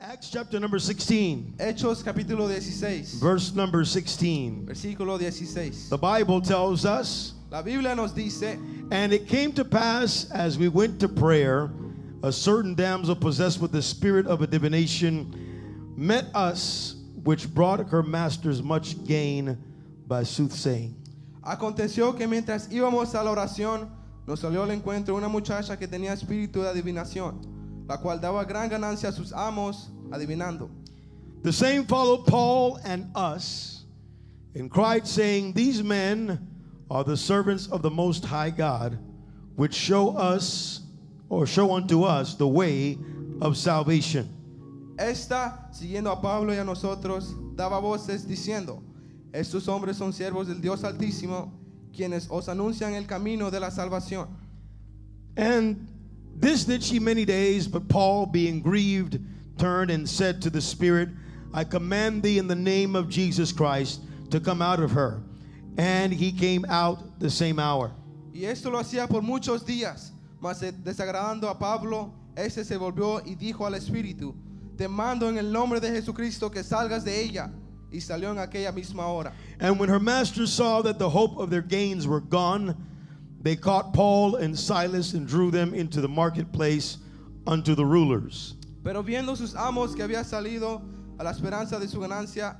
Acts chapter number 16, Hechos capítulo 16, verse number 16. versículo 16. The Bible tells us, La Biblia nos dice, And it came to pass as we went to prayer, a certain damsel possessed with the spirit of a divination met us, which brought her masters much gain by soothsaying. aconteció que mientras íbamos a la oración, nos salió al encuentro una muchacha que tenía espíritu de adivinación, la cual daba gran ganancia a sus amos adivinando. The same followed Paul and us and cried, saying, These men are the servants of the Most High God, which show us or show unto us the way of salvation. Esta, siguiendo a Pablo y a nosotros, daba voces diciendo, estos hombres son siervos del Dios Altísimo, quienes os anuncian el camino de la salvación. And this did she many days, but Paul, being grieved, turned and said to the Spirit, I command thee in the name of Jesus Christ to come out of her. And he came out the same hour. Y esto lo hacía por muchos días, mas eh, desagradando a Pablo, este se volvió y dijo al Espíritu, te mando en el nombre de Jesucristo que salgas de ella. Y salió en aquella misma hora. And when her masters saw that the hope of their gains were gone, they caught Paul and Silas and drew them into the marketplace unto the rulers. Pero viendo sus amos que había salido a la esperanza de su ganancia,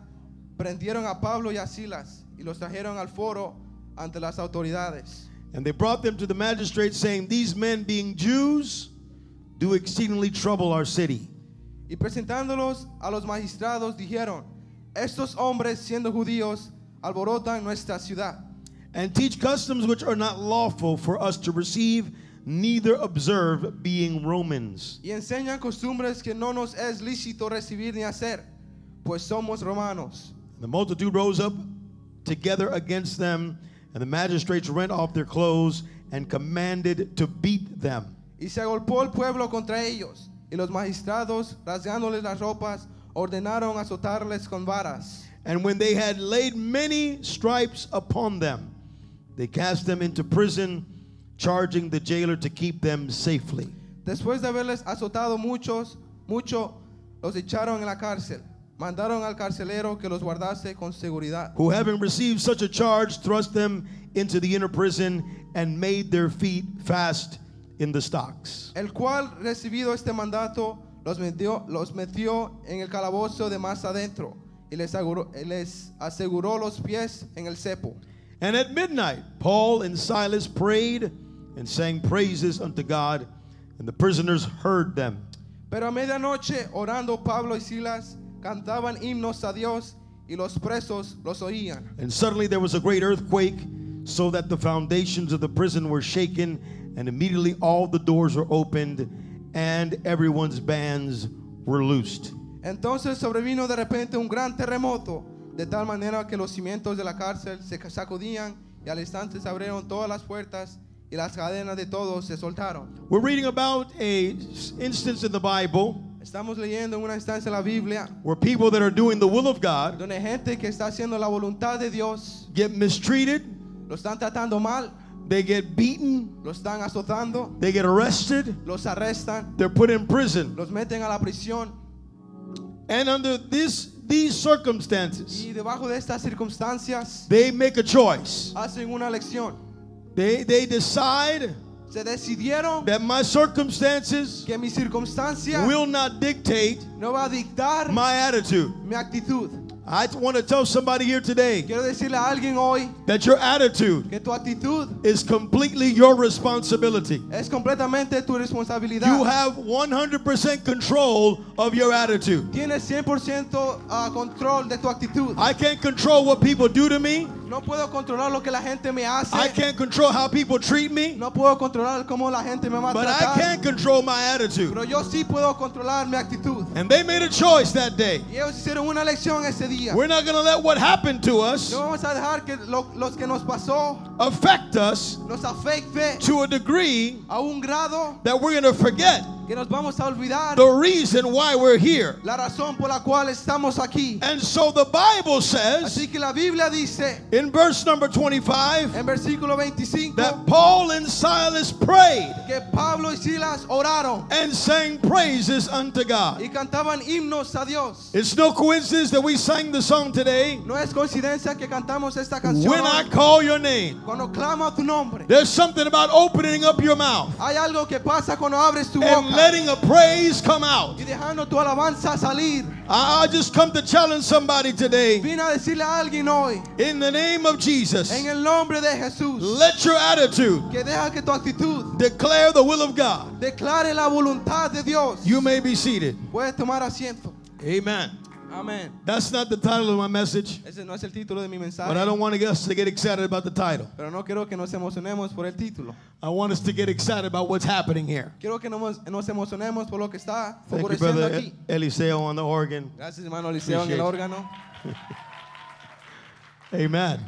prendieron a Pablo y a Silas y los trajeron al foro ante las autoridades. And they brought them to the magistrates, saying, These men, being Jews, do exceedingly trouble our city. Y presentándolos a los magistrados dijeron, estos hombres siendo judíos alborotan nuestra ciudad and teach customs which are not lawful for us to receive, neither observe, being Romans. y enseñan costumbres que no nos es lícito recibir ni hacer, pues somos romanos. The multitude rose up together against them, and the magistrates rent off their clothes and commanded to beat them. Y se agolpó el pueblo contra ellos, y los magistrados, rasgándoles las ropas, ordenaron azotarles con varas. And when they had laid many stripes upon them, they cast them into prison, charging the jailer to keep them safely. Después de haberles azotado muchos, mucho, los echaron en la cárcel. Mandaron al carcelero que los guardase con seguridad. Who, having received such a charge, thrust them into the inner prison and made their feet fast in the stocks. el cual recibido este mandato los metió, los metió en el calabozo de más adentro y les aseguró, les aseguró los pies en el cepo. And at midnight, Paul and Silas prayed and sang praises unto God, and the prisoners heard them. Pero a medianoche, orando Pablo y Silas, cantaban himnos a Dios y los presos los oían. And suddenly there was a great earthquake, so that the foundations of the prison were shaken, and immediately all the doors were opened, and everyone's bands were loosed. Entonces sobrevino de repente un gran terremoto, de tal manera que los cimientos de la cárcel se sacudían y al instante se abrieron todas las puertas y las cadenas de todos se soltaron. We're reading about a s- instance in the Bible Estamos leyendo en una instancia en la Biblia where people that are doing the will of God donde gente que está haciendo la voluntad de Dios get mistreated, lo están tratando mal, they get beaten, lo están azotando, they get arrested, los arrestan, they're put in prison. los meten a la prisión And under this these circumstances, y debajo de estas circunstancias they make a choice. hacen una elección. They they decide Se decidieron that my circumstances que mi circunstancia will not dictate no va a dictar my attitude. mi actitud. I want to tell somebody here today Quiero decirle a alguien hoy that your attitude que tu actitud is completely your responsibility. es completamente tu responsabilidad. You have 100% control of your attitude. Tienes 100% a ah, control de tu actitud. I can't control what people do to me. No puedo controlar lo que la gente me I hace. can't control how people treat me, No puedo controlar cómo la gente me va a but I tratar. can control my attitude. Pero yo sí puedo controlar mi actitud. And they made a choice that day. Y ellos hicieron una lección ese día. We're not going to let what happened to us No vamos a dejar que lo- los que nos pasó affect us nos afecte to a degree a un grado that we're going to forget que nos vamos a olvidar the reason why we're here. la razón por la cual estamos aquí. And so the Bible Así says que la Biblia dice in verse number 25 en versículo 25 that Paul and Silas prayed que Pablo y Silas oraron and sang praises unto God. y cantaban himnos a Dios. It's no coincidence that we sang the song today, No es coincidencia que cantamos esta canción When I Call Your Name. cuando clama tu nombre. There's something about opening up your mouth Hay algo que pasa cuando abres tu and boca letting a praise come out. y dejando tu alabanza salir. I, I just come to challenge somebody today Vine a decirle a alguien hoy, in the name of Jesus. en el nombre de Jesús, Let your attitude que deja que tu actitud declare the will of God. declare la voluntad de Dios. You may be seated. Puedes tomar asiento. Amen. Amén. That's not the title of my message, Ese no es el título de mi but I mensaje, don't want us to get excited about the title. pero no quiero que nos emocionemos por el título. I want us to get excited about what's happening here. Quiero que nos, nos emocionemos por lo que está Thank you, ocurriendo brother aquí. E- Eliseo on the organ. Gracias, hermano Liceo, Appreciate en el you. órgano. Amen.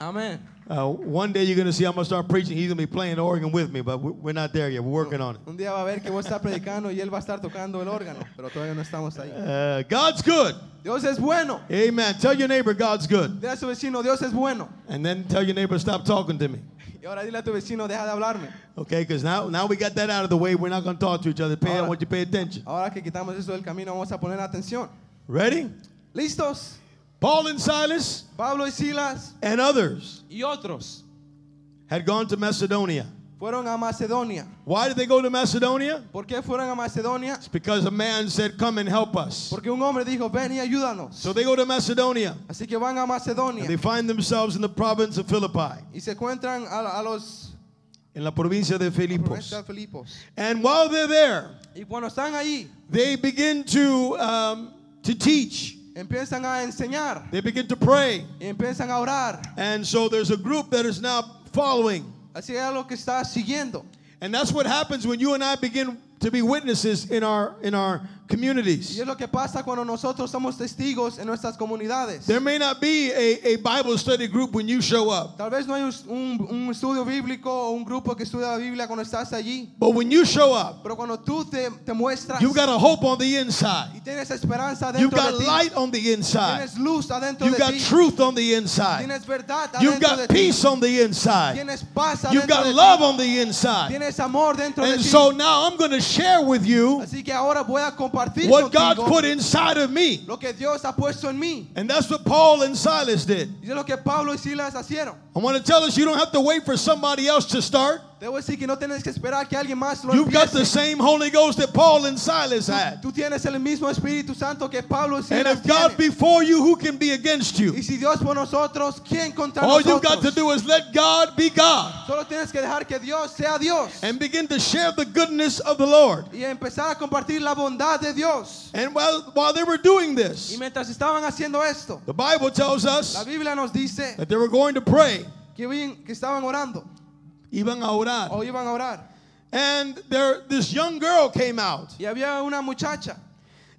Amén. Uh, one day you're going to see I'm going to start preaching. He's going to be playing the organ with me, but we- we're not there yet. We're working on it. Un día va a ver que voy a estar predicando y él va a estar tocando el órgano, pero todavía no estamos ahí. Uh, God's good. Dios es bueno. Amen. Tell your neighbor God's good. Dile a su vecino, Dios es bueno. And then tell your neighbor, stop talking to me. Y ahora dile a tu vecino, deja de hablarme. Okay, because now, now we got that out of the way. We're not going to talk to each other. Pay, I Ahora- want you to pay attention. Ahora que quitamos eso del camino, vamos a poner atención. Ready? ¿Listos? Paul and Silas Pablo y Silas and others y otros had gone to Macedonia. fueron a Macedonia. Why did they go to Macedonia? ¿Por qué fueron a Macedonia? It's because a man said, Come and help us. Porque un hombre dijo, ven y ayúdanos. So they go to Macedonia Así que van a and they Macedonia find themselves in the province of Philippi, y se encuentran a, a los in la provincia de provincia Filipos. de Filipos. And while they're there, Y cuando están ahí, they begin to, um, to teach, empiezan a enseñar they begin to pray. y empiezan a orar. And so there's a group that is now following. Así es lo que está siguiendo. And that's what happens when you and I begin to be witnesses in our, in our Y communities. es lo que pasa cuando nosotros somos testigos en nuestras comunidades. There may not be a, a Bible study group when you show up, Tal vez no hay un, un- un estudio bíblico o un grupo que estudia la Biblia cuando estás allí, but when you show up, pero cuando tú te, te muestras You've got a hope on the inside. y tienes esperanza You've dentro got de ti, light on the inside. tienes luz adentro You've de got ti, truth on the inside. tienes verdad You've adentro de got ti, peace on the inside. tienes paz You've adentro got de love ti, on the inside. tienes amor dentro de And ti. so now I'm going to share with you Así que ahora voy a compartir what God contigo put inside of me. lo que Dios ha puesto en mí And that's what Paul and Silas did. y es lo que Pablo y Silas hicieron. I want to tell us you don't have to wait for somebody else to start. Debo decir que no tienes que esperar que alguien más lo You've got the empiece. same Holy Ghost that Paul and Silas had. Tú tienes el mismo Espíritu Santo que Pablo y And Silas if God tienen. be for you, who can be against you? Y si Dios por nosotros, ¿quién contra All you've got nosotros? to do is let God be God. Solo tienes que dejar que Dios sea Dios and begin to share the goodness of the Lord. y empezar a compartir la bondad de Dios. And while, while they were doing Y this, mientras estaban haciendo esto, the Bible tells la us Biblia nos dice that they were going to pray. que, vi- que estaban orando Iban a orar. o iban a orar. And there, this young girl came out. Y había una muchacha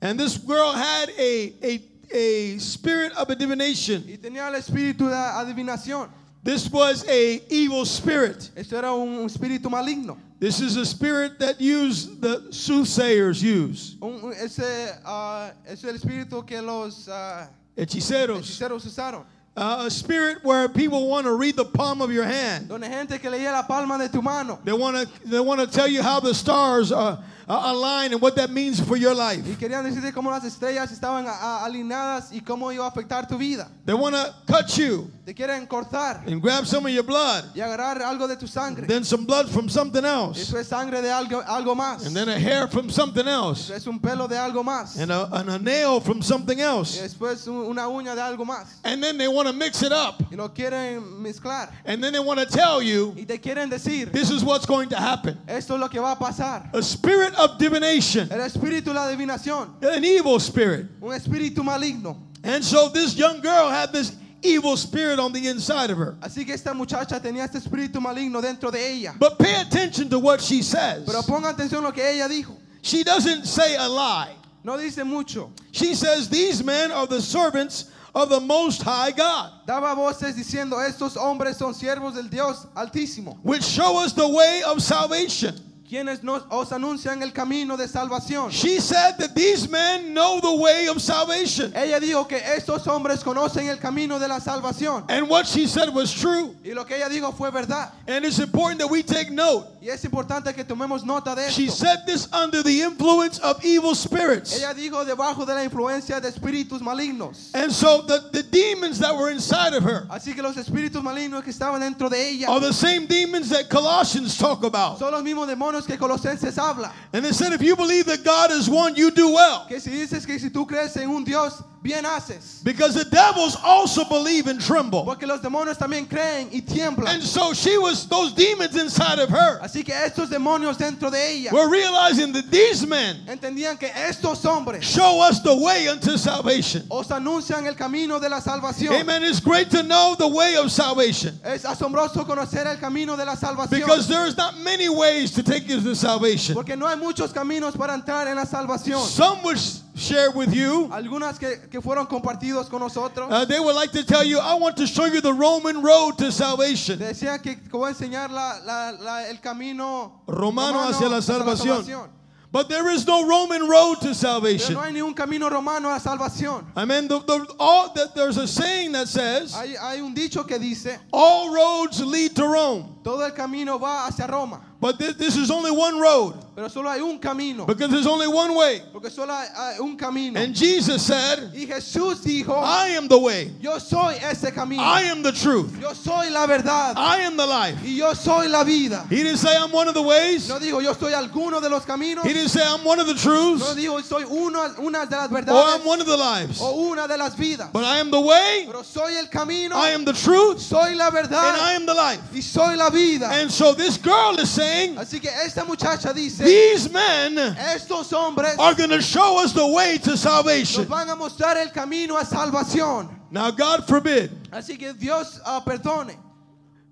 And this girl had a, a, a spirit of a divination. y tenía el espíritu de adivinación. This was a evil spirit. Esto era un un espíritu maligno. This is a spirit that used the soothsayers use. Un- un- ese ah, es el espíritu que los ah, Hechiceros. hechiceros usaron. Uh, a spirit where people want to read the palm of your hand. Donde gente que leía la palma de tu mano They want to they want to tell you how the stars are, are aligned and what that means for your Y life. querían decirte cómo las estrellas estaban a- a- alineadas y cómo iba a afectar tu vida. They want to cut you Te quieren cortar and grab some of your blood, y agarrar algo de tu sangre. then some blood from something else, Eso es sangre de algo, algo más. and then a hair from something else, Eso es un pelo de algo más. and a, and a nail from something Y else. después un- una uña de algo más. And then they want to mix it up, Y lo quieren mezclar. and then they want to tell you Y te quieren decir, this is what's going to happen. esto es lo que va a pasar. A spirit of divination, El espíritu de la adivinación. an evil spirit. Un espíritu maligno. And so this young girl had this evil spirit on the inside of her. Así que esta muchacha tenía este espíritu maligno dentro de ella. But pay attention to what she says. Pero ponga atención a lo que ella dijo. She doesn't say a lie. No dice mucho. She says, These men are the servants of the Most High God, Daba voces diciendo, estos hombres son siervos del Dios Altísimo, which show us the way of salvation. quienes nos, os anuncian el camino de salvación. She said that these men know the way of salvation. Ella dijo que estos hombres conocen el camino de la salvación. And what she said was true. Y lo que ella dijo fue verdad. And it's important that we take note. Y es importante que tomemos nota de She esto. said this under the influence of evil spirits. Ella dijo debajo de la influencia de espíritus malignos. And so the, the demons that were inside of her Así que los espíritus malignos que estaban dentro de ella are the same demons that Colossians talk about. son los mismos demonios que Colosenses habla. And they said, if you believe that God is one, you do well. Que si dices que si tú crees en un Dios, bien haces. Because the devils also believe and tremble. Porque los demonios también creen y And tiemblan. so she was, those demons inside of her Así que estos demonios dentro de ella were realizing that these men entendían que estos hombres show us the way unto salvation. os anuncian el camino de la salvación. Amen. It's great to know the way of salvation Es asombroso conocer el camino de la salvación. because there is not many ways to take you to salvation. Porque no hay muchos caminos para entrar en la salvación. Some would s- share with you, Algunas que, que fueron compartidos con nosotros uh, they would like to tell you, I want to show you the Roman road to salvation. decían que que voy a enseñar la- la- la- el camino Romano hacia la hacia salvación. But there is no Roman road to Pero salvation. no hay ni un camino romano a la salvación. Amen. The, the, all, that there's a saying that says, Hay, hay un dicho que dice, all roads lead to Rome. todo el camino va hacia Roma, But thi- this is only one road pero solo hay un camino, because there's only one way. porque solo hay, hay un camino. And Jesus said, Y Jesús dijo, I am the way, yo soy ese camino, I am the truth, yo soy la verdad I am the life. y yo soy la vida. He didn't say I'm one of the ways. No digo yo soy alguno de los caminos, He didn't say I'm one of the no truths digo soy uno, una de las or I'm verdades one of the lives. o una de las vidas, But I am the way, pero soy el camino, I am the truth, soy la and I verdad am the life. y soy la vida. And so this girl is saying Así que esta muchacha dice, these men estos hombres are going to show us the way to nos salvation. van a mostrar el camino a salvación. Now, God forbid Así que Dios ah, perdone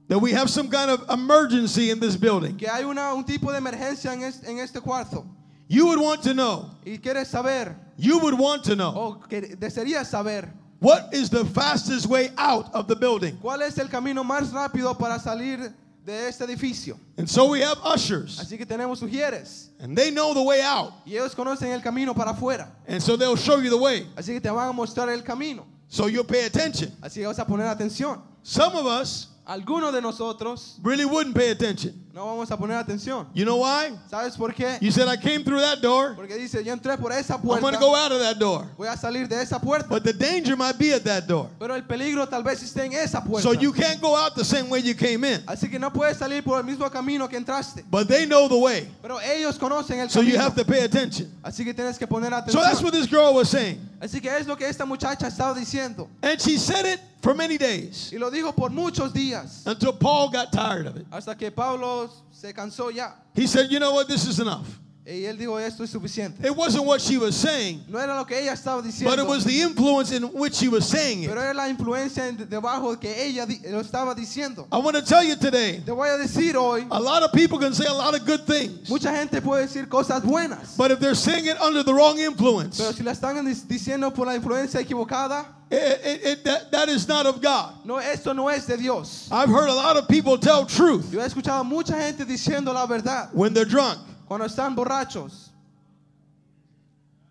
that we have some kind of emergency in this building. que hay una, un tipo de emergencia en este, en este cuarto. You would want to know, Y quieres saber, you would want to know o que desearías saber, what is the fastest way out of the building. cuál es el camino más rápido para salir de este edificio. And so we have ushers, Así que tenemos sugieres. and they know the way out. Y ellos conocen el camino para afuera. And so they'll show you the way. Así que te van a mostrar el camino. So you'll pay attention. Así que vas a poner atención. Some of us Algunos de nosotros really wouldn't pay attention. no vamos a poner atención. You know why? ¿Sabes por qué? You said, I came through that door. Porque dice, yo entré por esa I'm going puerta. to go out of that door. Voy a salir de esa puerta. But the danger might be at that door. Pero el peligro tal vez esté en esa puerta. So you can't go out the same way you came in. Así que no puedes salir por el mismo camino que entraste. But they know the way. Pero ellos conocen el So you camino. have to pay attention. Así que tienes que poner So atención. that's what this girl was saying. Así que es lo que esta muchacha estaba diciendo. And she said it for many days Y lo dijo por muchos días. until Paul got tired of it. Hasta que Pablo se cansó ya. He said, You know what? This is enough. Y él dijo, esto es suficiente. It wasn't what she was saying, No era lo que ella estaba but diciendo, it was the influence in which she was saying pero it. era la influencia en- debajo que ella di- lo estaba diciendo. I want to tell you today Te voy a decir hoy, A lot of people can say a lot of good things, mucha gente puede decir cosas buenas, but if they're saying it under the wrong influence, pero si la están dis- diciendo por la influencia equivocada, it- it- it- that- that is not of God. no, esto no es de Dios. I've heard a lot of people tell truth Yo he escuchado a mucha gente diciendo la verdad when they're drunk. cuando están borrachos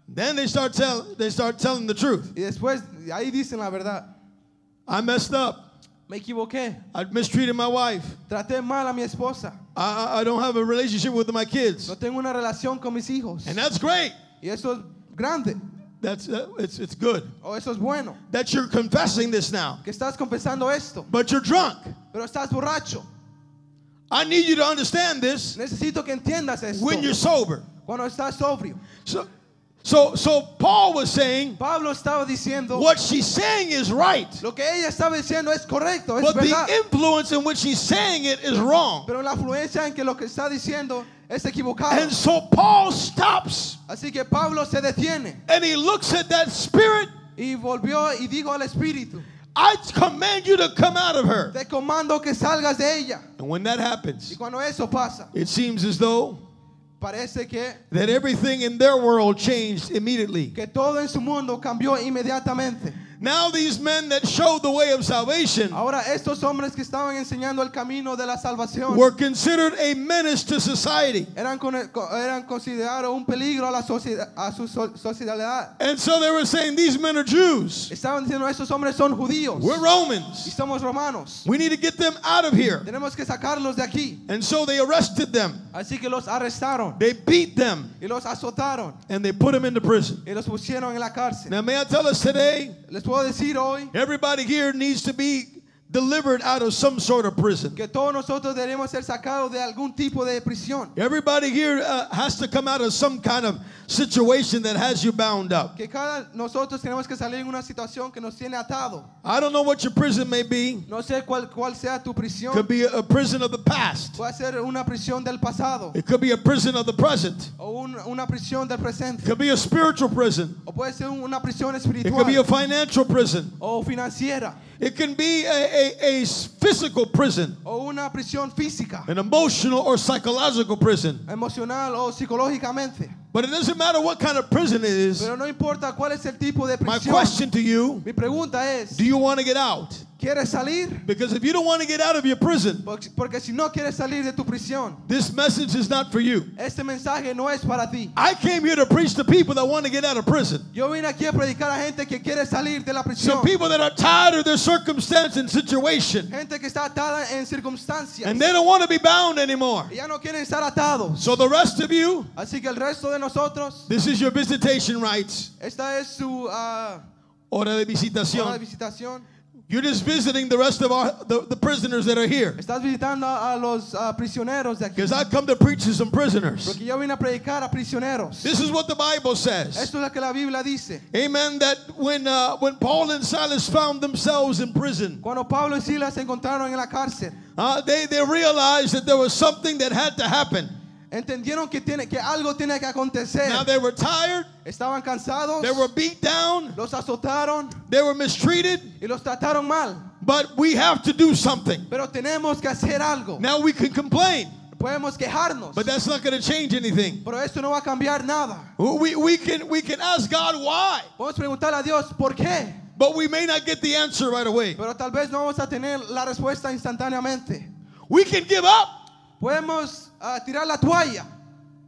Then they start tell, they start telling the truth. y después ahí dicen la verdad. I messed up. Me equivoqué, I mistreated my wife. traté mal a mi esposa, I, I- I don't have a relationship with my kids. no tengo una relación con mis hijos And that's great. y eso es grande That's uh, it's it's good o eso es bueno. that you're confessing this now, Que estás confesando esto, but you're drunk. pero estás borracho. I need you to understand this Necesito que entiendas esto. when you're sober. Cuando estás sobrio. So, so, so Paul was saying Pablo estaba diciendo What she's saying is right, lo que ella estaba diciendo es correcto, es but verdad. the influence in which she's saying it is wrong. Pero la influencia en que lo que está diciendo es equivocado. And so Paul stops Así que Pablo se detiene and he looks at that spirit. y volvió y dijo al espíritu, I command you to come out of her. te comando que salgas de ella. And when that Y happens, cuando eso pasa, it seems as though parece que that everything in their world changed immediately. que todo en su mundo cambió inmediatamente. Now these men that showed the way of salvation Ahora estos hombres que estaban enseñando el camino de la salvación were considered a menace to society. eran, con- co- eran considerados un peligro a la sociedad, a su so- sociedad. And so they were saying, These men are Jews. Estaban diciendo, estos hombres son judíos We're y Romans. somos romanos. We need to get them out of here. Tenemos que sacarlos de aquí. And so they arrested them, Así que los arrestaron they beat them, y los azotaron and they put them into prison. y los pusieron en la cárcel. Now, may I tell us today, Les puedo decir hoy everybody here needs to be delivered out of some sort of prison. que todos nosotros debemos ser sacados de algún tipo de prisión. Everybody here uh, has to come out of some kind of situation that has you bound up. Que cada nosotros tenemos que salir en una situación que nos tiene atado. I don't know what your prison may be. No sé cuál, cuál sea tu prisión. Could be a a prison of the past. Puede ser una prisión del pasado It could be a prison of the present. o un- una prisión del It presente. could be a spiritual prison. O puede ser un- una prisión It could be a espiritual financial prison. o financiera It can be a, a, a s- physical prison, o una prisión física, an emotional or psychological prison. emocional o psicológicamente. But it doesn't matter what kind of prison it is. Pero no importa cuál es el tipo de My prisión. question to you Mi pregunta es, do you want to get out? ¿quieres salir? Because if you don't want to get out of your prison, Porque- Porque si no quieres salir de tu prisión, this message is not for you. este mensaje no es para ti. I came here to preach to people that want to get out of prison. Yo vine aquí a predicar a gente que quiere salir de la prisión. Some people that are tired of their circumstance and situation, Gente que está atada en circunstancias. and they don't want to be bound anymore. Y ya no quieren estar atados. So the rest of you, Así que el resto de nosotros, this is your visitation rights, esta es su ah, hora de hora de visitación. visitación. You're just visiting the rest of our the, the prisoners that are here. Estás visitando a, a los ah, prisioneros de aquí. Because I come to preach to some prisoners. Porque yo vine a predicar a prisioneros. This is what the Bible says. Esto es lo que la Biblia dice. Amen. That when uh, when Paul and Silas found themselves in prison, Cuando Pablo y Silas se encontraron en la cárcel, uh, they they realized that there was something that had to happen. entendieron que, tiene, que algo tiene que Now acontecer. they were tired. Estaban cansados, They were beat down. los azotaron They were mistreated. y los trataron mal. But we have to do something. Pero tenemos que hacer algo. Now we can complain, Podemos quejarnos, but that's not going to change anything. pero esto no va a cambiar nada. We, we, can, we can ask God why, Podemos preguntar a Dios por qué, but we may not get the answer right away. pero tal vez no vamos a tener la respuesta instantáneamente. We can give up, Podemos ah, tirar la toalla,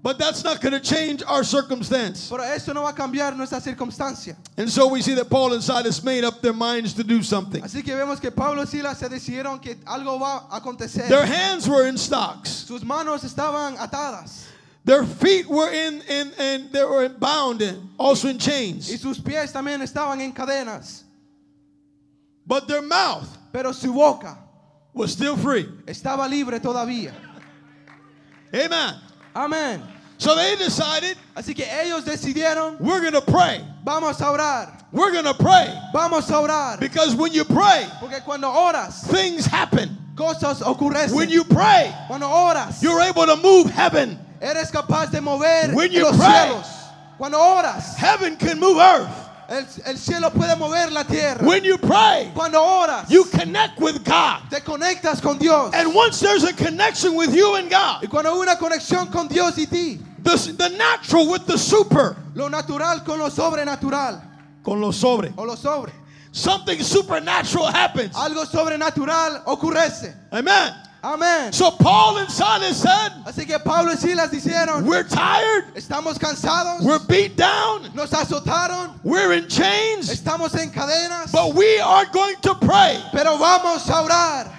but that's not going to change our circumstance. pero esto no va a cambiar nuestra circunstancia. And so we see that Paul and Silas made up their minds to do something. Así que vemos que Pablo y Silas se decidieron que algo va a acontecer. Their hands were in stocks. Sus manos estaban atadas Their feet were in, in and they were bound and also in y chains. sus pies también estaban en cadenas, But their mouth pero su boca was still free. estaba libre todavía. Amen. Amén. So they decided Así que ellos decidieron, we're going to pray. vamos a orar, We're going to pray. vamos a orar, Because when you pray, porque cuando oras, things happen. cosas ocurrecen. When you pray, cuando oras, you're able to move heaven. eres capaz de mover When you los pray- cielos. Cuando oras, Heaven can move earth. el, el cielo puede mover la tierra. When you pray, cuando oras, you connect with God. te conectas con Dios. And once there's a connection with you and y God, cuando hay una conexión con Dios y ti, the, the natural with the super, lo natural con lo sobrenatural con lo sobre, o lo sobre. something supernatural happens. Algo sobrenatural ocurrece. Amen. Amén. So Paul and Silas said, Así que Pablo y Silas dijeron, "We're tired. estamos cansados, We're beat down. nos azotaron, We're in chains. estamos en cadenas, But we are going to pray." pero vamos a orar.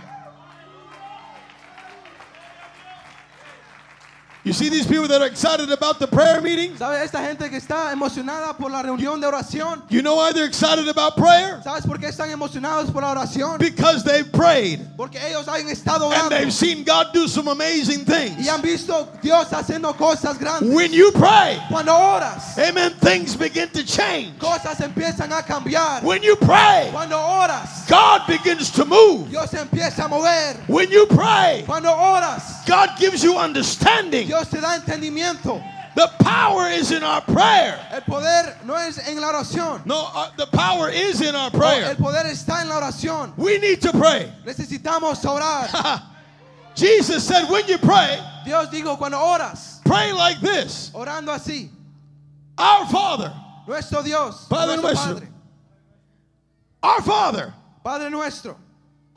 You see these people that are excited about the prayer meeting? ¿Sabes? Esta gente que está emocionada por la reunión de oración, You know why they're excited about prayer? ¿sabes por qué están emocionados por la oración? Because they've prayed Porque ellos han estado and orando they've seen God do some amazing y things. han visto Dios haciendo cosas grandes. When you pray, Cuando oras, amen, things begin to change. cosas empiezan a cambiar. When you pray, Cuando oras, God begins to move. Dios se empieza a mover. When you pray, Cuando oras, God gives you understanding. Dios te da entendimiento. The power is in our prayer. El poder no es en la oración. No, uh, the power is in our No, el prayer. poder está en la oración. We need to pray. Necesitamos orar. Jesus said, when you pray, Dios dijo cuando oras, pray like this orando así. Our Father. Nuestro Dios, Padre nuestro nuestro. Padre, Our Father, Padre nuestro,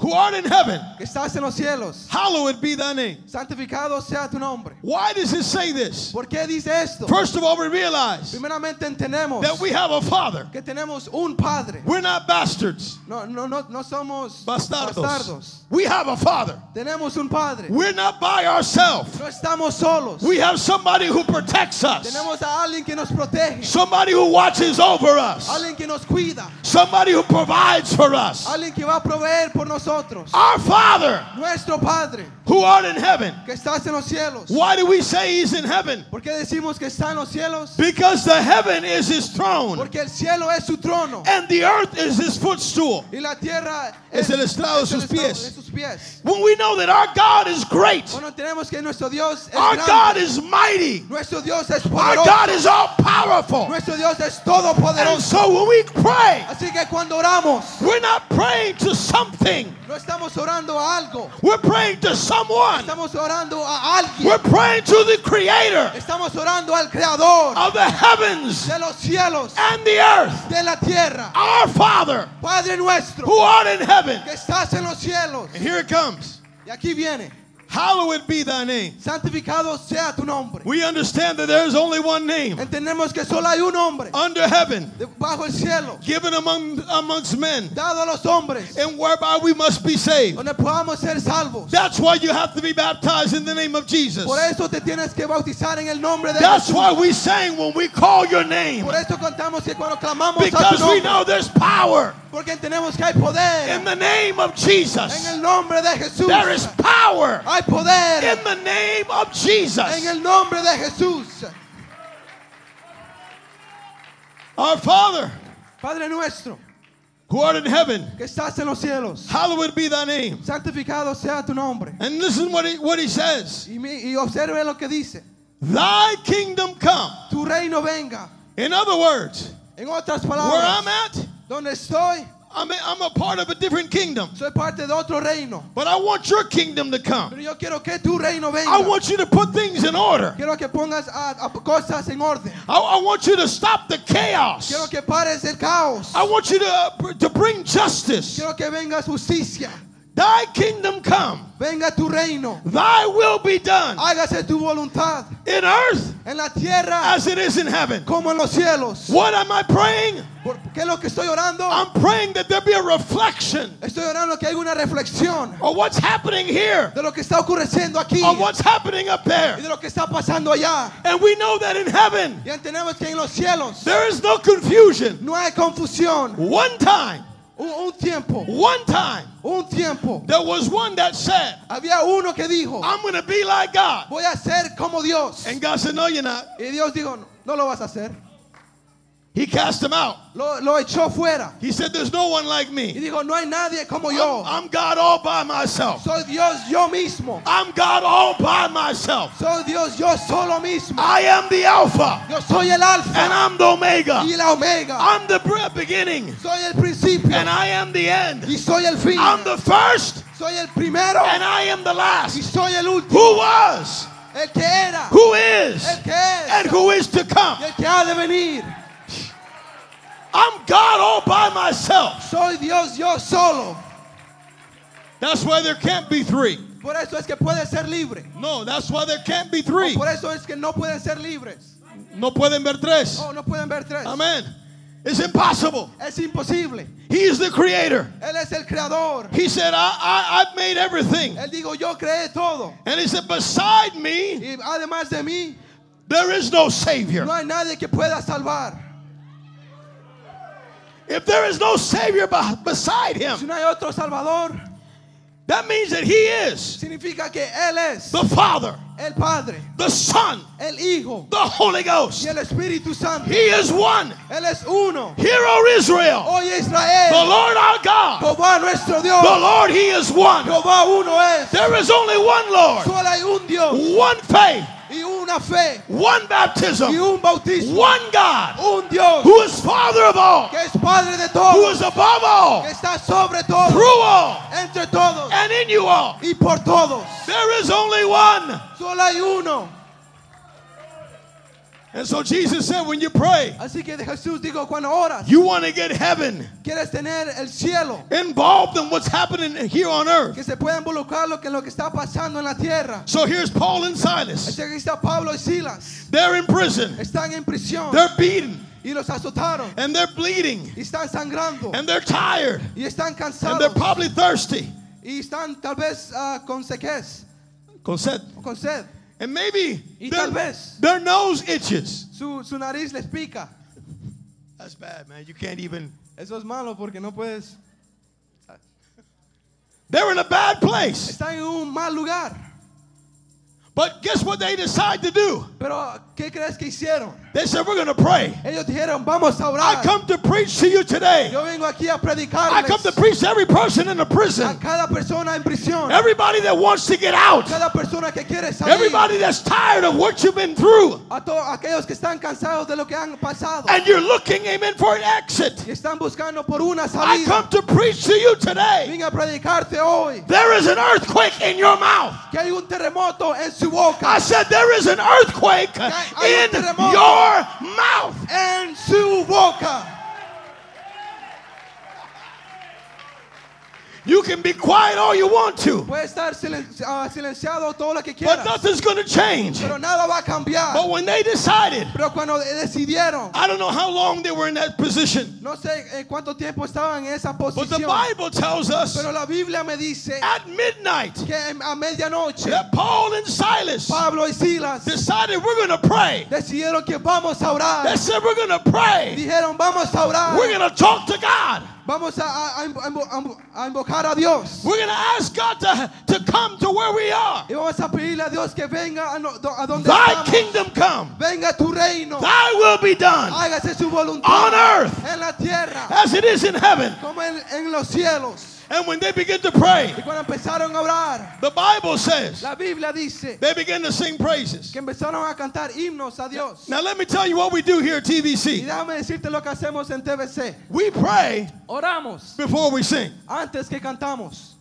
who art in heaven, que estás en los cielos, hallowed be thy name. santificado sea tu nombre. Why does it say this? ¿Por qué dice esto? First of all, we realize Primeramente entendemos that we have a Father. que tenemos un Padre. We're not bastards, No, no, no, no somos bastardos. bastardos. We have a Father. Tenemos un Padre. We're not by ourselves. No estamos solos. We have somebody who protects us, Tenemos a alguien que nos protege, somebody who watches over us, alguien que nos cuida, somebody who provides for us. alguien que va a proveer por nosotros. Our Father, Nuestro Padre who art in heaven. que estás en los cielos. Why do we say he's in heaven? ¿Por qué decimos que está en los cielos? Because the heaven is his throne Porque el cielo es su trono and the earth is his footstool. y la tierra Es el estrado de es el sus estrado pies. de sus pies. When we know that our God is great, Bueno, tenemos que nuestro Dios es our grande. God is mighty, Nuestro Dios es our poderoso. God is all powerful. Nuestro Dios es And todopoderoso. so when we pray, Así que cuando oramos, we're not praying to something, no estamos orando a algo, we're praying to someone. estamos orando a alguien. We're praying to the creator Estamos orando al Creador of the heavens de los cielos, and the earth, de la tierra. our Father Padre nuestro, who art in heaven. que estás en los cielos. And here it comes. Y aquí viene. Hallowed be thy name. Santificado sea tu nombre. We understand that there is only one name Entendemos que solo hay un hombre under heaven, de- bajo el cielo, given among amongst men, dado a los hombres, and whereby we must be saved. donde podamos ser salvos. That's why you have to be baptized in the name of Jesus. Por eso te tienes que bautizar en el nombre de That's Jesús. why we sang when we call your name, Por eso contamos que cuando clamamos a tu because we nombre, know there's power porque entendemos que hay poder in the name of en Jesus. el nombre de Jesús. There is power Hay poder in the name of en Jesus. el nombre de Jesús. Our Father, Padre nuestro, who art in heaven, que estás en los cielos, hallowed be thy name. santificado sea tu nombre. And listen what he, what he says. Y, mi- y observe lo que dice. Thy kingdom come. Tu reino venga. In other words, En otras where I'm palabras, at, donde estoy, I'm a, I'm a part of a different kingdom. soy parte de otro reino. But I want your kingdom to come. Pero yo quiero que tu reino venga. I want you to put things in order. Quiero que pongas a- a cosas en orden. I, I want you to stop the Quiero chaos. que pares el caos. I want you to, uh, br- to bring justice. Quiero que venga justicia. Thy kingdom come. Venga tu reino. Thy will be done Hágase tu voluntad in earth en la tierra as it is in heaven. como en los cielos. What am I praying? ¿Por qué es lo que estoy orando? I'm praying that there be a reflection Estoy orando que hay una reflexión of what's happening here, de lo que está ocurriendo aquí of what's happening up y there. de lo que está pasando allá. And we know that in heaven, Ya entendemos que en los cielos there is no confusion. no hay confusión. One time, Un, un tiempo, one time, un tiempo. there was one that said, Había uno que dijo, I'm going to be like God. voy a ser como Dios. And God said, No, you're not. Y Dios dijo, no, no lo vas a hacer. He cast him out. Lo, lo echó fuera. He said, There's no one like Y me. dijo, no hay nadie como I'm, yo. I'm God all by myself. Soy Dios yo mismo. I'm God all by myself. Soy Dios yo solo mismo. I am the Alpha Yo soy and el alfa I'm the Omega. y la omega. I'm the br- beginning Soy el principio and I am the end. y soy el fin. I'm the first Soy el primero and I am the y last. soy el último. Who was, El que era, who is, el que es and who is to come. y el que ha de venir. I'm God all by myself. Soy Dios yo solo. That's why there can't be three. Por eso es que puede ser libre. No, that's why there can't be O three. Por eso es que no pueden ser libres. No pueden ver tres. Oh, no pueden ver tres. Amen. It's impossible. Es imposible. He is the creator. Él es el creador. He said, I, I, I've made everything. Él dijo, yo creé todo. And he said, beside me, Y además de mí, there is no savior. no hay nadie que pueda salvar. If there is no savior be- beside Si him, no hay otro salvador, that means that he is significa que Él es the Father, el Padre, the Son, el Hijo the Holy y Ghost. el Espíritu Santo. He is one. Él es uno. Hear, O Israel, Oye the Israel, Lord our God, Jehová nuestro the Dios, Lord, he is one. Jehová uno es. There is only one Lord, Solo hay un Dios one faith, y una fe one y baptism, un bautismo. one God, Un Dios who is Father of all, que es Padre de who todos, is above all, que está sobre todos, through all, entre todos and in you all. y por todos. There is only one. Solo hay uno. And so Jesus said, when you pray, Así que Jesús dijo, cuando oras, you want to get heaven quieres tener el cielo, involved in what's happening here on earth. que se pueda involucrar lo que, lo que está pasando en la tierra. So here's Paul and Silas. Así que aquí está Pablo y Silas, They're in prison, están en prisión they're beaten, y los azotaron and they're bleeding, y están sangrando and they're tired, y están and they're cansados probably thirsty. y están tal vez ah, con sequez Consent. o con sed And maybe y their- tal vez their nose itches. su, su nariz les pica. That's bad, man. You can't even. Eso es malo porque no puedes. They're in a bad place. Están en un mal lugar. But guess what they decide to do? Pero ¿qué crees que hicieron? They said, We're going to pray. Ellos dijeron, vamos a I orar. come to preach to you today. Yo vengo aquí a I come to predicarles preach to every person in the a prison. cada persona en prisión, Everybody that wants to get out. cada persona que quiere salir, Everybody that's tired of what you've been through. a todos aquellos que están cansados de lo que han pasado And you're looking, amen, for an exit. y están buscando por una I salida. come to preach to you today. Vine a predicarte hoy There is an earthquake in your mouth. que hay un terremoto en su boca, I said, There is an earthquake in your mouth. en su boca. You can be quiet all you want to. Puede estar silen- ah, silenciado todo lo que But quieras, nothing's going to change. pero nada va a cambiar. But when they decided, Pero cuando decidieron, I don't know how long they were in that position, no sé eh, cuánto tiempo estaban en esa but the posición, Bible tells us pero la Biblia me dice at midnight que en- a medianoche that Paul and Silas Pablo y Silas decided we're going to pray. decidieron que vamos a They orar. said we're going to pray. Dijeron, vamos a orar. We're going to talk to God. Vamos a, a- a invo- a invo- a invocar a Dios. We're going to ask God to, to come to where we are. Y vamos a pedirle a Dios que venga a, no- do- a donde Thy estamos. kingdom come. Venga tu reino. Thy will be done Hágase su on voluntad earth en la tierra as it is in heaven. como en, en los cielos. And when they begin to pray, Y cuando empezaron a orar, the Bible says la Biblia dice they begin to sing praises. que empezaron a cantar himnos a Dios. Now let me tell you what we do here at Y TVC. déjame decirte lo que hacemos en TBC. We pray Oramos before we sing. antes que cantamos.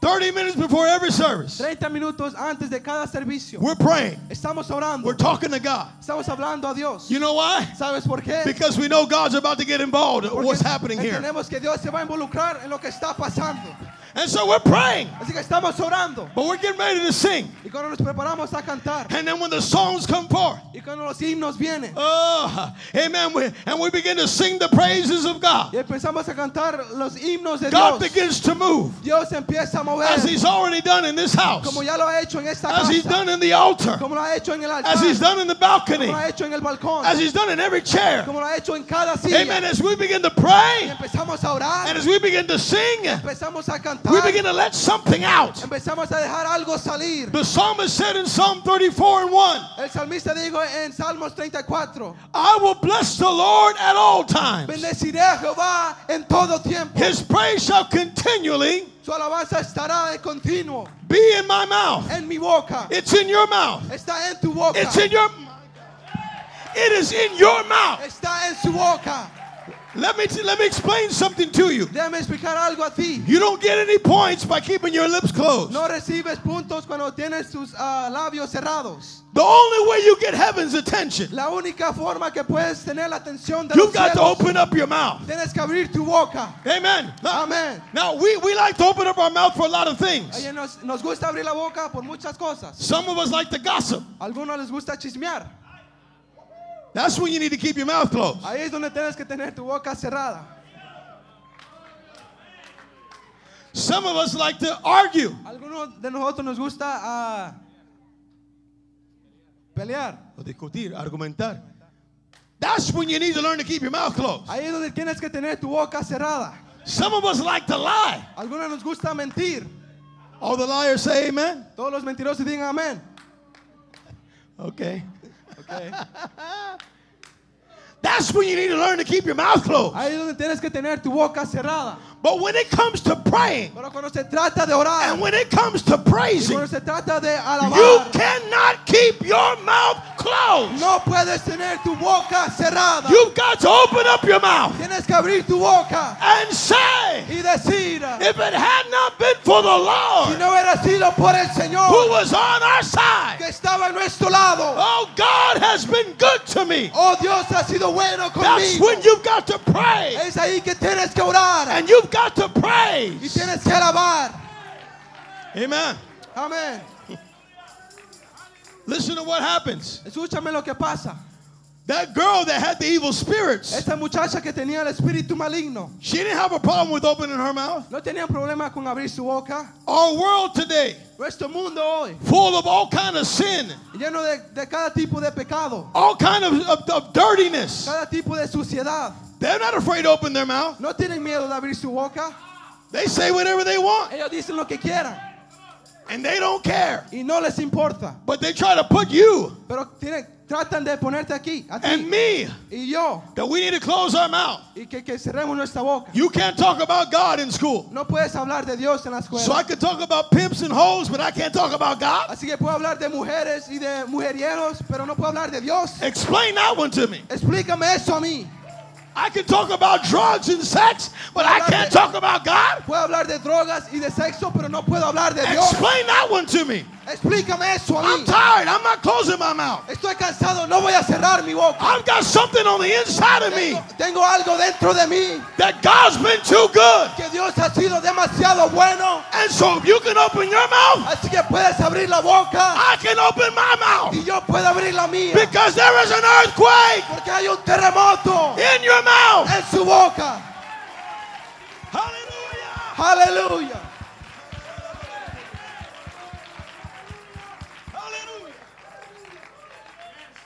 30 minutes before every service, 30 minutos antes de cada servicio. we're praying. Estamos orando. We're talking to God. Estamos hablando a Dios. You know why? ¿Sabes por qué? Because we know God's about to get involved in Porque what's happening here. Entendemos que Dios se va a involucrar en lo que está pasando. And so we're praying, Así que estamos orando. but we're getting ready to sing. Y cuando nos preparamos a cantar. And then when the songs come forth, Y cuando los himnos vienen. oh, amen, we, and we begin to sing the praises of Y God. empezamos a cantar los himnos de God Dios. begins to move Dios empieza a mover. as He's already done in this house, Como ya lo ha hecho en esta as He's casa. done in the altar, Como lo ha hecho en el altar. as He's done in the Como balcony, lo ha hecho en el balcón. as He's done in every chair. Como lo ha hecho en cada silla. Amen. As we begin to Y pray empezamos a orar. and as we begin to sing, Empezamos a cantar. we begin to let something out. Empezamos a dejar algo salir. The psalmist said in Psalm 34 and 1, El salmista dijo en Salmos 34. I will bless the Lord at all times. Bendeciré a Jehová en todo tiempo. His praise shall continually Su alabanza estará de continuo be in my mouth. en mi boca. It's in your mouth. Está en tu boca. It's in your It is in your mouth. Está en su boca. Let me let me explain something to you. Déjame explicar algo a ti. You don't get any points by keeping your lips closed. No recibes puntos cuando tienes tus ah, labios cerrados. The only way you get heaven's attention, La única forma que puedes tener la atención de you los got to cielos, open up your mouth. tienes que abrir tu boca. Amen. Now, Amén. now we, we like to open up our mouth for a lot of things. Oye, nos, nos gusta abrir la boca por muchas cosas. Some of us like to gossip. Algunos les gusta chismear. That's when you need to keep your mouth closed. Ahí es donde tienes que tener tu boca cerrada. Some of us like to argue. Algunos de nosotros nos gusta ah, pelear. O discutir, argumentar. That's when you need to learn to keep your mouth closed. Ahí es donde tienes que tener tu boca cerrada. Some of us like to lie. Algunos nos gusta mentir. All the liars say amen. Todos los mentirosos digan amén. Okay. That's when you need to learn to keep your mouth closed. Ahí es donde tienes que tener tu boca cerrada. But when it comes to praying Pero cuando se trata de orar, and when it comes to y praising, cuando se trata de you alabar, cannot keep your mouth closed. No puedes tener tu boca cerrada. You've got to open up your mouth Tienes que abrir tu boca and say, y decir, if it had not been for the si Lord no hubiera sido por el who Señor was on our que side, estaba a nuestro lado, oh, God has been good to me. oh Dios ha sido bueno That's conmigo. when you've got to pray Es ahí que tienes que orar and you've got to y praise. tienes que alabar. Amen. Amén. Listen to what happens. Escúchame lo que pasa. That girl that had the evil spirits, Esta muchacha que tenía el espíritu maligno she didn't have a problem with opening her mouth. no tenía problema con abrir su boca. Our world today, Nuestro mundo hoy, full of all kind of sin, lleno de, de cada tipo de pecado, all kind of, of, of dirtiness. cada tipo de suciedad, They're not afraid to open their mouth. no tienen miedo de abrir su boca. They say whatever they want Ellos dicen lo que quieran and they don't care. y no les importa. But they try to put you Pero tienen- tratan de ponerte aquí, a ti and me y yo, that we need to close our mouth. y que, que cerremos nuestra boca. You can't talk about God in school. No puedes hablar de Dios en la escuela. So I can talk about pimps and hoes, but I can't talk about God. Así que puedo hablar de mujeres y de mujerieros, pero no puedo hablar de Dios. Explain that one to me. Explícame eso a mí. I can talk about drugs and sex, but I can't talk about God. Puedo hablar de drogas y de sexo, pero no puedo hablar de Dios. Explain that one to me. Explícame eso a I'm mí. tired. I'm not closing my mouth. Estoy cansado, no voy a cerrar mi boca. I've got something on the inside of me Tengo, tengo algo dentro de mí that God's been too good. que Dios ha sido demasiado bueno. And so if you can open your mouth, Así que puedes abrir la boca I can open my mouth. y yo puedo abrir la mía. Because there is an earthquake Porque hay un terremoto in your mouth. en su boca. Hallelujah. Aleluya. Hallelujah.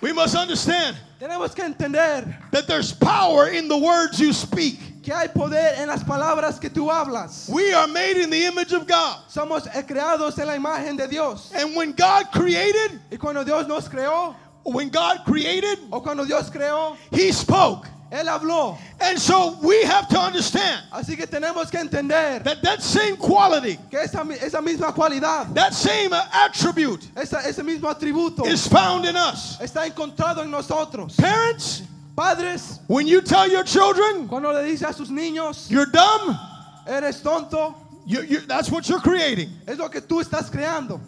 We must understand Tenemos que entender that there's power in the words you speak. que hay poder en las palabras que tú hablas. We are made in the image of God. Somos eh, creados en la imagen de Dios. And when God created, Y cuando Dios nos creó, when God created, o cuando Dios creó, He spoke. Él habló. And so we have to understand Así que tenemos que entender that that same quality, que esa, mi- esa misma cualidad, that same attribute esa- ese mismo atributo is found in us. está encontrado en nosotros. Parents, Padres, when you tell your children cuando le dice a sus niños, you're dumb, eres tonto, you, you, that's what you're creating. es lo que tú estás creando.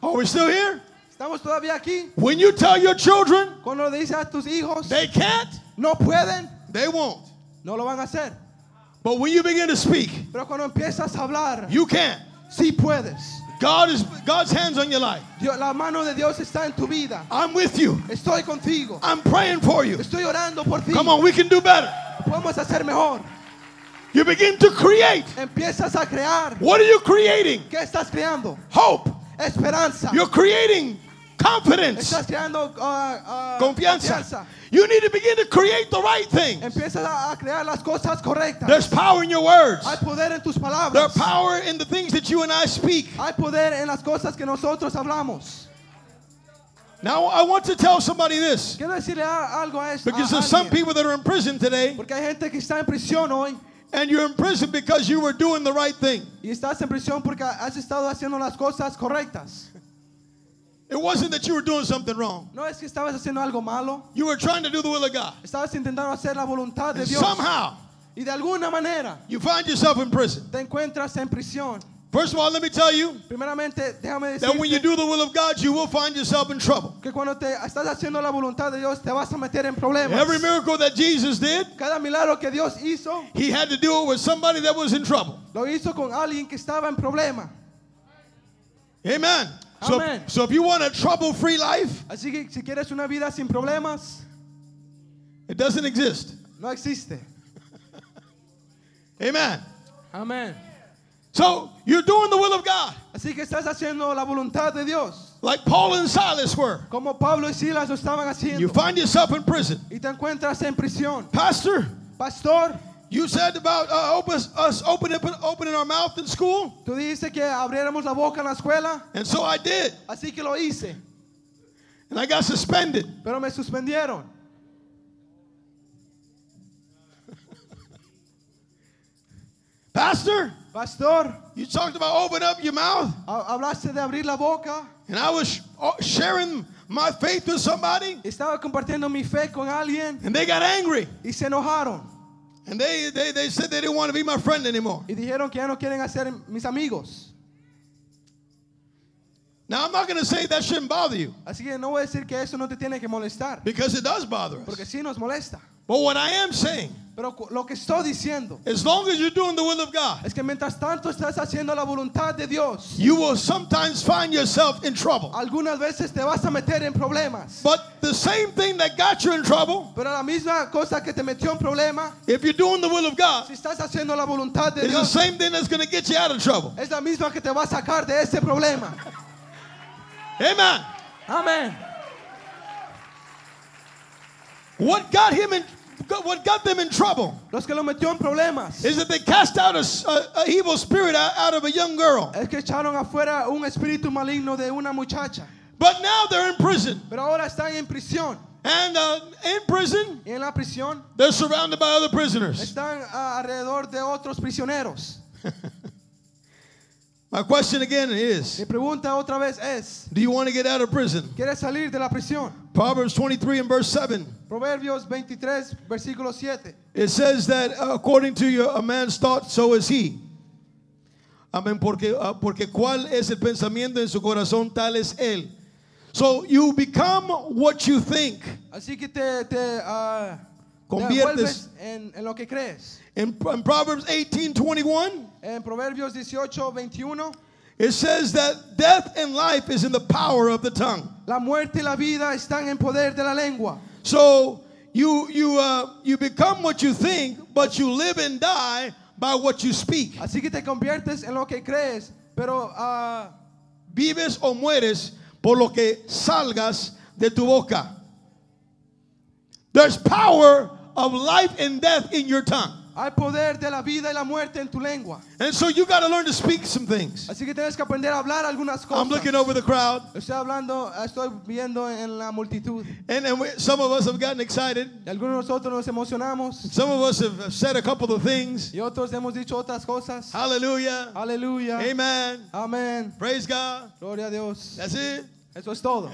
Are we still here? Estamos todavía aquí. When you tell your children Cuando le dice a tus hijos, they can't, no pueden, they won't. no lo van a hacer. But when you begin to speak, Pero cuando empiezas a hablar, you can. sí puedes. God is God's hands on your life. Dios- la mano de Dios está en tu vida. I'm with you. Estoy contigo. I'm praying for you. Estoy orando por ti. Come on, we can do better. Podemos hacer mejor. You begin to create. Empiezas a crear. What are you creating? ¿Qué estás creando? Hope. Esperanza. You're creating confidence, Estás creando ah, ah, confianza. confianza. You need to begin to create the right thing. Empiezas a, a crear las cosas correctas. There's power in your words. Hay poder en tus There's palabras. power in the things that you and I speak. Hay poder en las cosas que nosotros hablamos. Now, I want to tell somebody this Quiero decirle a- algo a esto. because there's some people that are in prison today, Porque hay gente que está en prisión hoy and you're in prison because you were doing the right thing. y estás en prisión porque has estado haciendo las cosas correctas. It wasn't that you were doing something wrong, No es que estabas haciendo algo malo. you were trying to do the will of God. Estabas intentando hacer la voluntad de And Dios. somehow, Y de alguna manera you find yourself in prison. te encuentras en prisión. First of all, let me tell you Primeramente, déjame that when you decirte do the will of God, you will find yourself in trouble. que cuando te estás haciendo la voluntad de Dios te vas a meter en problemas. Every miracle that Jesus did, Cada milagro que Dios hizo he had to do it with somebody that was in trouble. lo hizo con alguien que estaba en problema. Amen. So, Amen. so if you want a trouble free life, Así que si quieres una vida sin problemas, it doesn't exist. no existe. Amen. Amén. So you're doing the will of God, Así que estás haciendo la voluntad de Dios, like Paul and Silas were. como Pablo y Silas lo estaban You haciendo. find yourself in prison. Y te encuentras en prisión. Pastor, Pastor, you said about uh, open, us opening, opening our mouth in school, tú dijiste que abriéramos la boca en la escuela, and so I did, así que lo hice, and I got suspended. pero me suspendieron. Pastor, Pastor, you talked about opening up your mouth, ha- hablaste de abrir la boca and I was uh, sharing my faith with somebody, Estaba compartiendo mi fe con alguien and they got angry. y se enojaron And they, they, they said they didn't want to be my friend anymore. y dijeron que ya no quieren hacer mis amigos. Now, I'm not going to say that shouldn't bother you Así que no voy a decir que eso no te tiene que molestar, because it does bother porque us. sí nos molesta. But what I am saying, Pero cu- lo que estoy diciendo as long as you're doing the will of God, es que mientras tanto estás haciendo la voluntad de Dios, you will sometimes find yourself in trouble. algunas veces te vas a meter en problemas. But the same thing that got you in trouble, Pero la misma cosa que te metió en problema, if you're doing the will of si God, estás haciendo la voluntad de is the Dios, same thing that's going to get you out of trouble. es la misma que te va a sacar de ese problema. Amen. Amén. What got him in, what got them in trouble Los que lo metió en problemas is that they cast out a, s- a- a evil spirit out, out of a young girl. es que echaron afuera un espíritu maligno de una muchacha. But now they're in prison, Pero ahora están en prisión. and uh, in prison Y en la prisión they're surrounded by other prisoners. están ah, alrededor de otros prisioneros. My question again Mi is: pregunta otra vez es, Do you want to get out of prison? ¿quieres salir de la prisión? Proverbs 23 and verse 7. Proverbios 23, versículo 7. It says that uh, according to your, a man's thought, so is he. Amén. Porque, uh, porque cuál es el pensamiento en su corazón, tal es él. So you become what you think. Así que te, te, ah, te Conviertes- vuelves en, en lo que crees. In, in Proverbs 18 21, En Proverbios 18, 21, it says that death and life is in the power of the tongue. la muerte y la vida están en poder de la lengua. So you, you, uh, you become what you think, but you live and die by what you speak. Así que te conviertes en lo que crees, pero ah, Vives o mueres por lo que salgas de tu boca. There's power of life and death in your tongue. hay poder de la vida y la muerte en tu lengua. And so you got to learn to speak some things. Así que tienes que aprender a hablar algunas I'm cosas. looking over the crowd, Estoy hablando, estoy viendo en la multitud. and, and we, some of us have gotten excited. Algunos de nosotros nos emocionamos Some of us have, have said a couple of things. y otros hemos dicho otras cosas. Hallelujah. Aleluya. Amen. Amén. Praise God. Gloria a Dios. That's it. Eso es todo.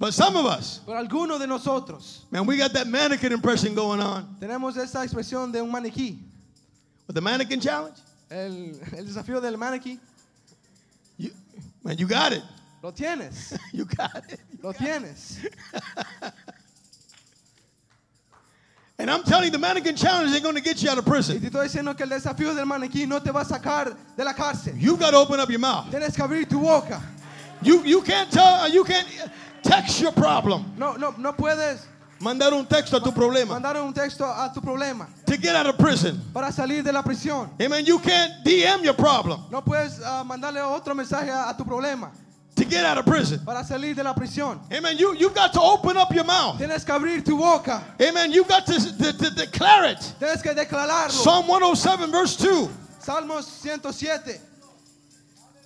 But some of us, Pero algunos de nosotros man, we got that mannequin impression going on tenemos esta expresión de un maniquí. with the mannequin challenge. El, el desafío del maniquí. You, man, you got it. Lo tienes. You got it. Lo tienes. And I'm telling you, the mannequin challenge ain't going to get you out of Y te prison. estoy diciendo que el desafío del maniquí no te va a sacar de la cárcel. You got to open up your mouth. Tienes que abrir tu boca. You you can't tell. uh, You can't text your problem. No, no, no puedes Mandar un texto a tu problema mandar un texto a tu problema to get out of prison. para salir de la prisión. Amen. You can't DM your problem No puedes ah, mandarle otro mensaje a, a tu problema to get out of prison. para salir de la prisión. Amen. You you got to open up your mouth. Tienes que abrir tu boca. Amen. You got to, to, to declare it. Tienes que declararlo. Psalm 107 verse 2 Salmos 107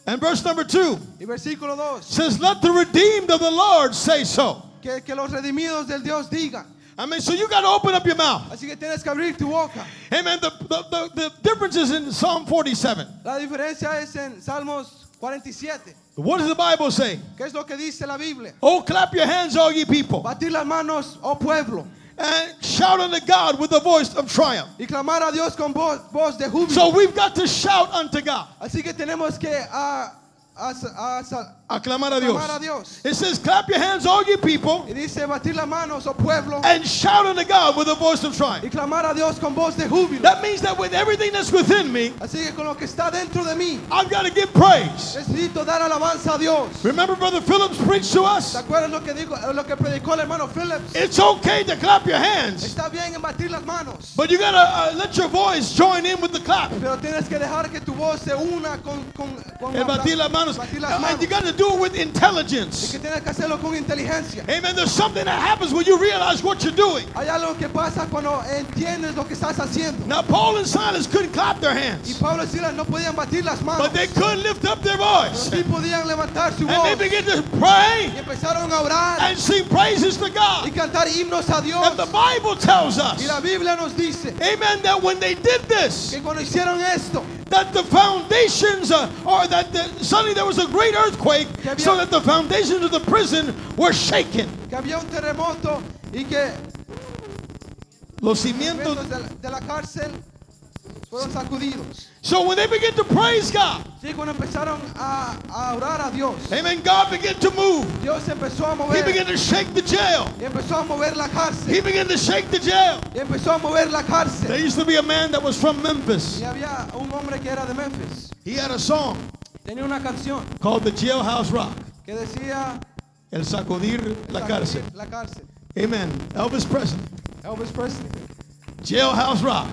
and verse number 2 y versículo 2. says, "Let the redeemed of the Lord say so." Que, que los redimidos del Dios digan. I mean, so you got to open up your mouth. Así que tienes que abrir tu boca. Amen. The, the, the, the difference is in Psalm 47. La diferencia es en Salmos 47. What does the Bible say? ¿Qué es lo que dice la Biblia? Oh, clap your hands, all ye people, Batir las manos, oh pueblo, and shout unto God with the voice of triumph. y clamar a Dios con voz, voz de júbilo. So we've got to shout unto God. Así que tenemos que ah, as- as- Aclamar a clamar a Dios. Dios. It says, clap your hands, all ye people, Y dice, batir las manos, oh pueblo, and shout unto God with the voice of y triumph. clamar a Dios con voz de júbilo. That means that with everything that's within me, Así que con lo que está dentro de mí, I've got to give praise. necesito dar alabanza a Dios. Remember, Brother Phillips preached to ¿Se us? acuerdan lo que dijo, lo que predicó el hermano Phillips? It's okay to clap your hands, Está bien en batir las manos, but you got to uh, let your voice join in with the clap. pero tienes que dejar que tu voz se una con con, con And batir las manos. batir las And manos. you got to do it with Y intelligence. que tienes que hacerlo con inteligencia. Amen. There's something that happens when you realize what you're doing. Hay algo que pasa cuando entiendes lo que estás haciendo. Now, Paul and Silas couldn't clap their Y hands, Pablo y Silas no podían batir las manos, but they could lift up their pero voice. sí podían levantar su voz. And they began to pray Y empezaron a orar and sing praises to y God. cantar himnos a Dios. And the Bible tells Y us, la Biblia nos dice amen, that when they did this, que cuando hicieron esto, that the foundations, uh, or that the, suddenly there was a great earthquake, Que había- so that the foundations of the prison were shaken. que había un terremoto y que Los los cimientos. cimientos de la, de la cárcel fueron sacudidos. So when they begin to praise God, Sí, cuando empezaron a, a orar a Dios, Amen. God began to move. Dios empezó a He mover, began to shake the jail. y empezó a mover la cárcel, He began to shake the jail. y empezó a mover la There cárcel. used to be a man that was from Memphis. Y había un hombre que era de Memphis, He had a song tenía una canción called "The Jailhouse Rock." que decía El sacudir la cárcel. la cárcel, Amen. Elvis Presley. Elvis Presley, Jailhouse Rock.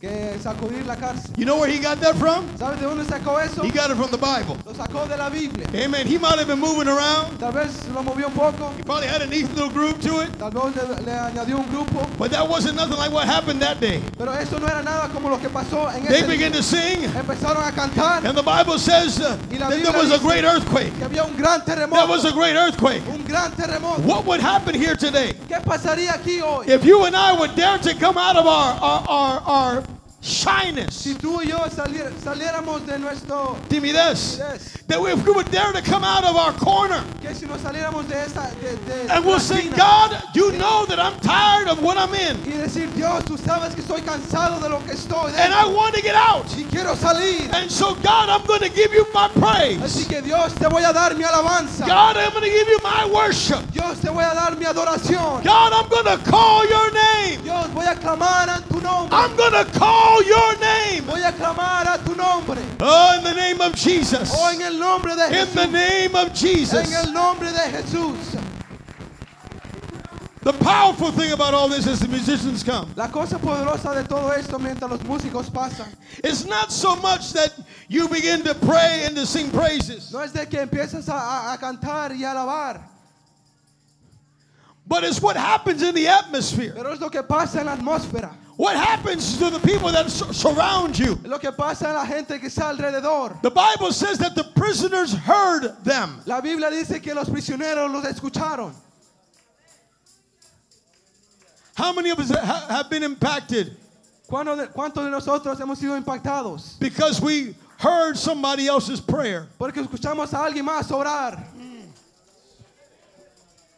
que sacudir la cárcel. You know where he got that from? ¿Sabes de dónde sacó eso? He got it from the Bible. Lo sacó de la Biblia. Amen. He might have been moving around. Tal vez lo movió un poco, He probably had a neat little groove to it. tal vez le- le añadió un grupo. But that wasn't nothing like what happened that day. Pero eso no era nada como lo que pasó en They ese día. began to sing, Empezaron a cantar and the Bible says uh, that there was a great earthquake. que había un gran There terremoto. was a great earthquake. un gran terremoto. What would happen here today ¿Qué pasaría aquí hoy? if you and I would dare to come out of our, our, our, our si shyness, tú y yo salier- saliéramos de nuestro timidez? yes, That we- if we would dare to come out of our corner que si nos saliéramos de esa de, de esa and we'll say, esquina God, you know that I'm tired of what I'm in, y decir Dios, tú sabes que estoy cansado de lo que estoy and dentro I want to get out. y quiero salir. And so, God, I'm going to give you my Así praise. que Dios te voy a dar mi alabanza. God, I'm going to give you my worship. Dios te voy a dar mi adoración. God, I'm going to call your name. Dios voy a clamar a tu nombre. I'm going to call your name. Voy a clamar a tu nombre. Oh, in the name of Jesus. Oh, en el nombre de In the Jesús. name of Jesus. En el nombre de Jesús. The powerful thing about all this is the musicians come. La cosa poderosa de todo esto mientras los músicos pasan, It's not so much that you begin to pray and to sing praises, no es de que empiezas a, a- a cantar y a alabar, but it's what happens in the atmosphere. pero es lo que pasa en la atmósfera, What happens to the people that sur- surround you. es lo que pasa en la gente que está alrededor. The Bible says that the prisoners heard them. La Biblia dice que los prisioneros los escucharon. How many of us ha- have been impacted ¿Cuándo de- ¿Cuántos de nosotros hemos sido impactados? because we heard somebody else's prayer? Porque escuchamos a alguien más orar.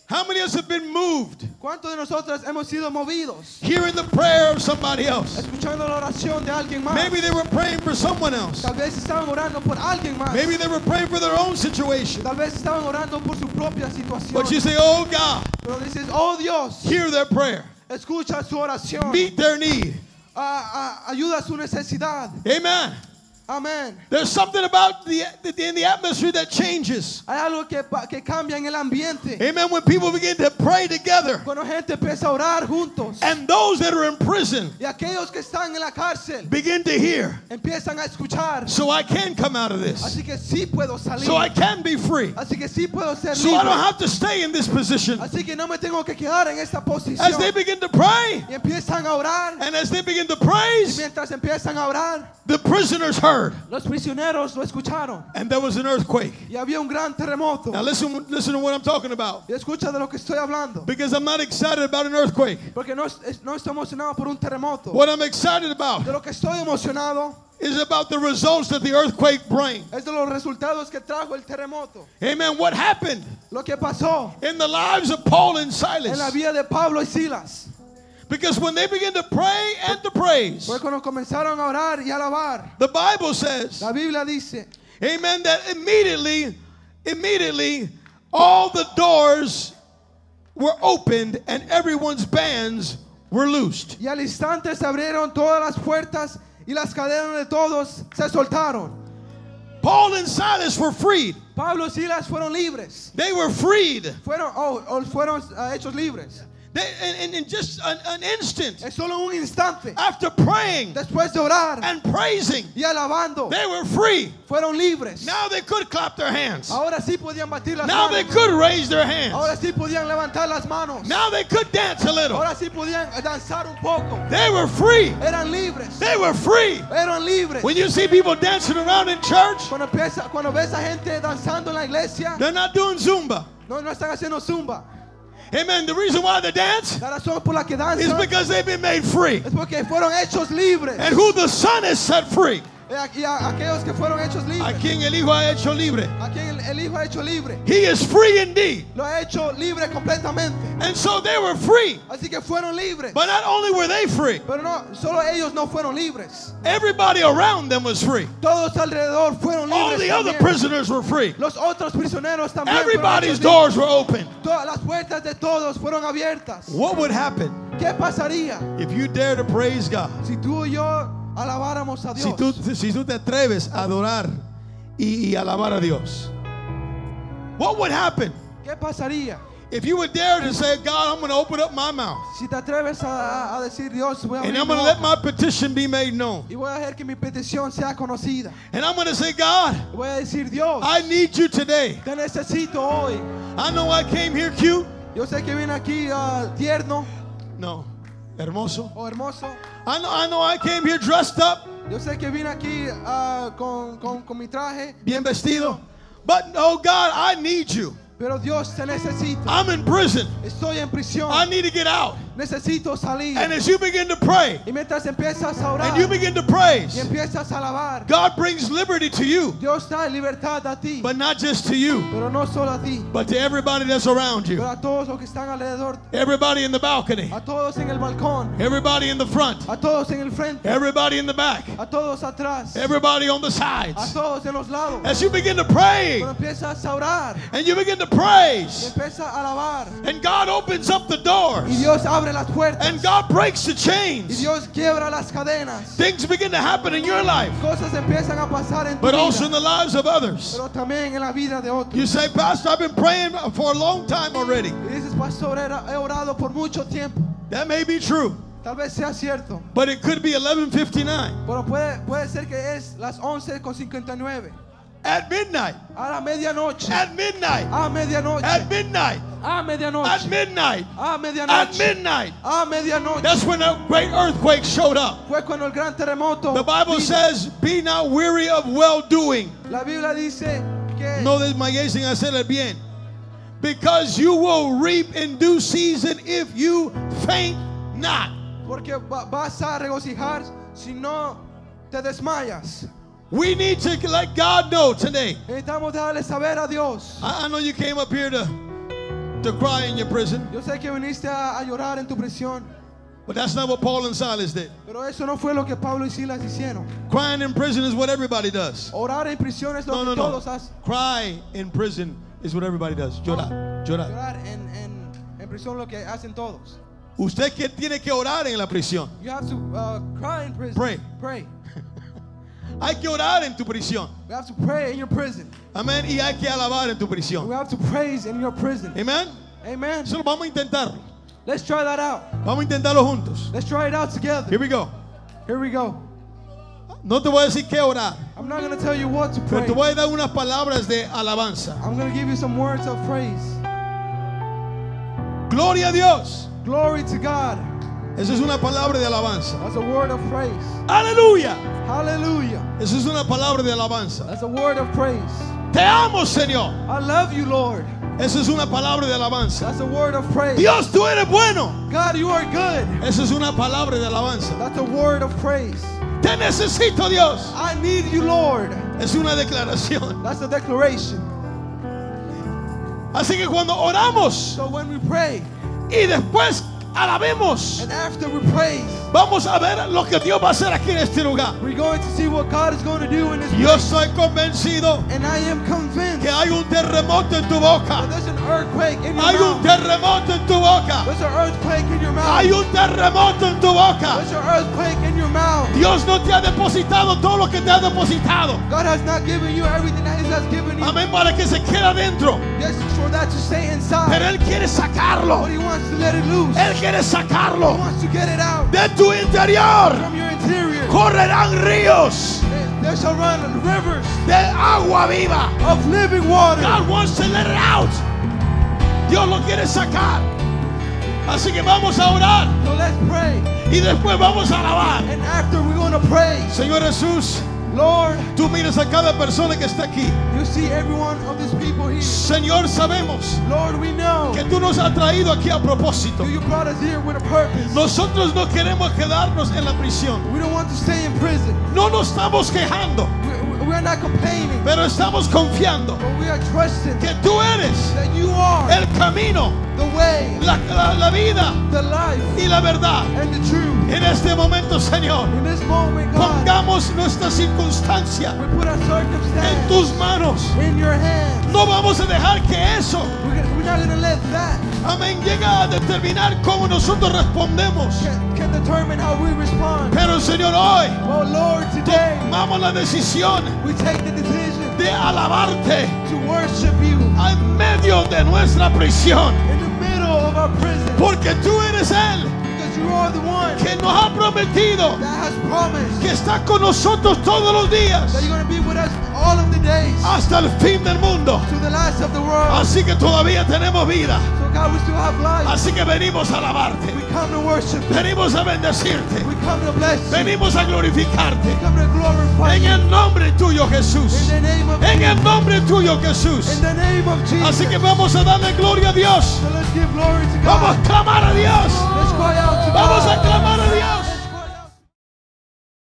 How many of us have been moved ¿Cuántos de nosotros hemos sido movidos hearing the prayer of somebody else? escuchando la oración de alguien más? Maybe they were praying for someone else. Tal vez estaban orando por alguien más. Maybe they were praying for their own situation. Tal vez estaban orando por su propia situación. But you say, Oh God, Pero dices, oh Dios, hear their prayer, escucha su oración. meet their need. A- a- ayuda a su necesidad. Amen. Amén. There's something about the, in the atmosphere that changes. Hay algo que, pa- que cambia en el ambiente. Amen. When people begin to pray together, Cuando gente empieza a orar juntos. and those that are in prison Y aquellos que están en la cárcel begin to hear, empiezan a escuchar. so I can come out of this, Así que sí puedo salir. so I can be free, Así que sí puedo ser so I don't libre. have to stay in this position. Así que no me tengo que quedar en esta posición. As they begin to pray, Y empiezan a orar. and as they begin to Y praise, mientras empiezan a orar, the prisoners heard, los prisioneros lo escucharon. and there was an earthquake. Y había un gran terremoto. Now listen, listen to what I'm talking about. Y escucha de lo que estoy hablando. Because I'm not excited about an earthquake. Porque no, es- no estoy emocionado por un terremoto. What I'm excited about De lo que estoy emocionado is about the results that the earthquake brings. es de los resultados que trajo el terremoto. Amen. What happened Lo que pasó in the lives of Paul and en la Silas? vida de Pablo y Silas. Because when they began to pray and to praise, Fue cuando comenzaron a orar y a alabar. the Bible says, La Biblia dice Amen, that immediately, immediately, all the doors were opened and everyone's bands were loosed. Y al instante se abrieron todas las puertas y las cadenas de todos se soltaron. Paul and Silas were freed. Pablo y Silas fueron libres. They were freed. Fueron, oh, oh, fueron ah, hechos libres. They, in, in- in just an, an instant, Es solo un instante. after praying Después de orar and praising, y alabando, they were free. fueron libres. Now they could clap their hands. Ahora sí podían batir las Now they manos. could raise their hands. Ahora sí podían levantar las manos. Now they could dance a little. Ahora sí podían danzar un poco. They were free. Eran libres. They were free. Eran libres. When you see people dancing around in church, Cuando, empieza, cuando ves a gente danzando en la iglesia, they're not doing Zumba. no, no están haciendo zumba. Amen. The reason why they dance La razón por la que is danzan because they've been made free. es porque fueron hechos libres. And who the Son has set free Y a aquellos que fueron hechos a libres. quien el Hijo ha hecho libre. A quien el, el Hijo ha hecho libre. He is free indeed. Lo ha hecho libre completamente. And so they were free. Así que fueron libres. But not only were they free, Pero no, solo ellos no fueron libres. everybody around them was free. Todos alrededor fueron All libres. the other también. prisoners were free. Los otros prisioneros también. fueron Everybody's hechos libres. doors were open. Todas las puertas de todos fueron abiertas. What would happen ¿Qué pasaría if you dare to praise God? si tú y yo alabáramos a Dios? Si tú, si tú te atreves a adorar y, y alabar a Dios. What would happen ¿Qué pasaría if you would dare to say, God, I'm going to open up my mouth si te atreves a, a- a decir Dios? Voy a and abrir I'm going mi to let my boca petition be made known? y voy a hacer que mi petición sea conocida. And I'm going to say, God, Voy a decir Dios, I need you today. te necesito hoy. I know I came here cute. Yo sé que vine aquí ah, tierno No, hermoso. o hermoso. I know, I know I came here dressed up, Yo sé que vine aquí ah, con, con- con mi traje, bien vestido. But oh God, I need you. pero Dios te necesita. I'm in prison. Estoy en prisión. I need to get out. Necesito salir. And as you begin to pray Y mientras empiezas a orar and you begin to y praise, empiezas a alabar, God brings liberty to you, Dios da libertad a ti, but not just to you, pero no solo a ti, but to everybody that's around pero you. a todos los que están alrededor, Everybody in the balcony, a todos en el balcón, everybody in the front, a todos en el frente, everybody in the back, a todos atrás, everybody on the a sides. todos en los lados. As you begin to pray Pero empiezas a orar, and you begin to y praise, empiezas a alabar, and God opens up the y doors, Dios abre las puertas, and God breaks the y chains. Dios quiebra las cadenas. Things begin to happen in your life, Cosas empiezan a pasar en tu but also in vida, the lives of others. pero también en la vida de otros. You say, Pastor, I've been praying for a long time already. Y dices, pastor, he he orado por mucho tiempo. That may be true, Tal vez sea cierto. but it could be 11:59 Pero puede, puede ser que es las 11.59. at midnight. A la medianoche. At midnight. A medianoche. At midnight. A At medianoche. midnight. A At medianoche. midnight. A medianoche. That's when a great earthquake showed up. Fue cuando el gran terremoto. The Bible vino. says, "Be not weary of well-doing." La Biblia dice que No desmayéis en hacer el bien, because you will reap in due season if you faint not. porque va- vas a regocijar si no te desmayas. We need to let God know today. Necesitamos darle saber a Dios. I, I know you came up here to to cry in your prison, Yo sé que viniste a, a llorar en tu prisión, but that's not what Paul and Silas did. pero eso no fue lo que Pablo y Silas hicieron. Crying in prison is what everybody does. Orar en prisión es lo No, que no, todos no. hacen. Cry in prison is what everybody does. Llorar, llorar. Llorar en, en, en prisión lo que hacen todos. Usted que tiene que orar en la prisión. You have to uh, cry in prison. Pray. Pray. Hay que orar en tu prisión. We have to pray in your prison. Amén. Y hay que alabar en tu We prisión. have to praise in your prison. Amén. Amen. Eso lo vamos a intentar. Let's try that out. Vamos a intentarlo juntos. Let's try it out together. Here we go. Here we go. No te voy a decir qué orar, I'm not going to tell you what to pero pray. te voy a dar unas palabras de alabanza. I'm going to give you some words of praise. Gloria a Dios. Glory to God. Esa es una palabra de alabanza. That's a word of praise. Aleluya. Hallelujah. Esa es una palabra de alabanza. That's a word of praise. Te amo, Señor. I love you, Lord. Esa es una palabra de alabanza. That's a word of praise. Dios, tú eres bueno. God, you are good. Esa es una palabra de alabanza. That's a word of praise. Te necesito, Dios. I need you, Lord. Es una declaración. That's a declaration. Así que cuando oramos So when we pray, y después alabemos, and after we praise, vamos a ver lo que Dios va a hacer aquí en este lugar. we're going to see what God is going to do in this Yo estoy convencido And I am convinced que hay un terremoto en tu that boca. there's an earthquake in your Hay un mouth. terremoto en tu boca. There's an earthquake in your mouth. Hay un terremoto en tu boca. There's an earthquake in your mouth. Dios no te ha depositado todo lo que te ha depositado. God has not given you everything that He has given you. Amén, para que se quede adentro. Yes, it's for that to stay Pero inside. Él quiere sacarlo. But He wants to let it loose. Él quiere He sacarlo. wants to get it out De tu interior from your interior. correrán ríos There, there shall run rivers de agua viva. of living water. God wants to let it out. Dios lo quiere sacar. Así que vamos a orar So let's pray. y después vamos a alabar. And after we're going to praise. Señor Jesús, Lord, Tú miras a cada persona que está aquí. you see every one of these people here. Señor, sabemos Lord, we know que tú nos has traído aquí a propósito. you brought us here with a purpose. Nosotros no queremos quedarnos en la prisión. We don't want to stay in prison. No nos estamos quejando, We, we are not complaining, pero estamos confiando but we are trusting que tú eres that you are el camino, the way, la, la- la vida the life, y la verdad. and the truth. En este momento, Señor, In this moment, God, pongamos nuestra circunstancia we put our en circumstance tus manos. in your hands. No vamos a dejar que eso, We're, gonna, we're not going to let that amén, llegue a determinar cómo nosotros respondemos. can, can determine how we respond. Pero, Señor, hoy Oh Lord, today tomamos la decisión we take the decision de alabarte to worship you en medio de nuestra prisión. in the middle of our prison Porque tú eres Él because you are the one que nos ha prometido that has promised que está con nosotros todos los that días you're going to be with us all of the days hasta el fin del mundo. to the last of the world. Así que todavía tenemos vida. So God, we still have life. Así que venimos a alabarte. We come to worship. you. Venimos a bendecirte. We come to bless you. Venimos a glorificarte. We come to glorify En you. el nombre tuyo, In Jesús. the name of En el nombre tuyo, in Jesús. the name of Jesus. Así que vamos a darle gloria a Dios. So let's give glory to Vamos a God. clamar a Dios.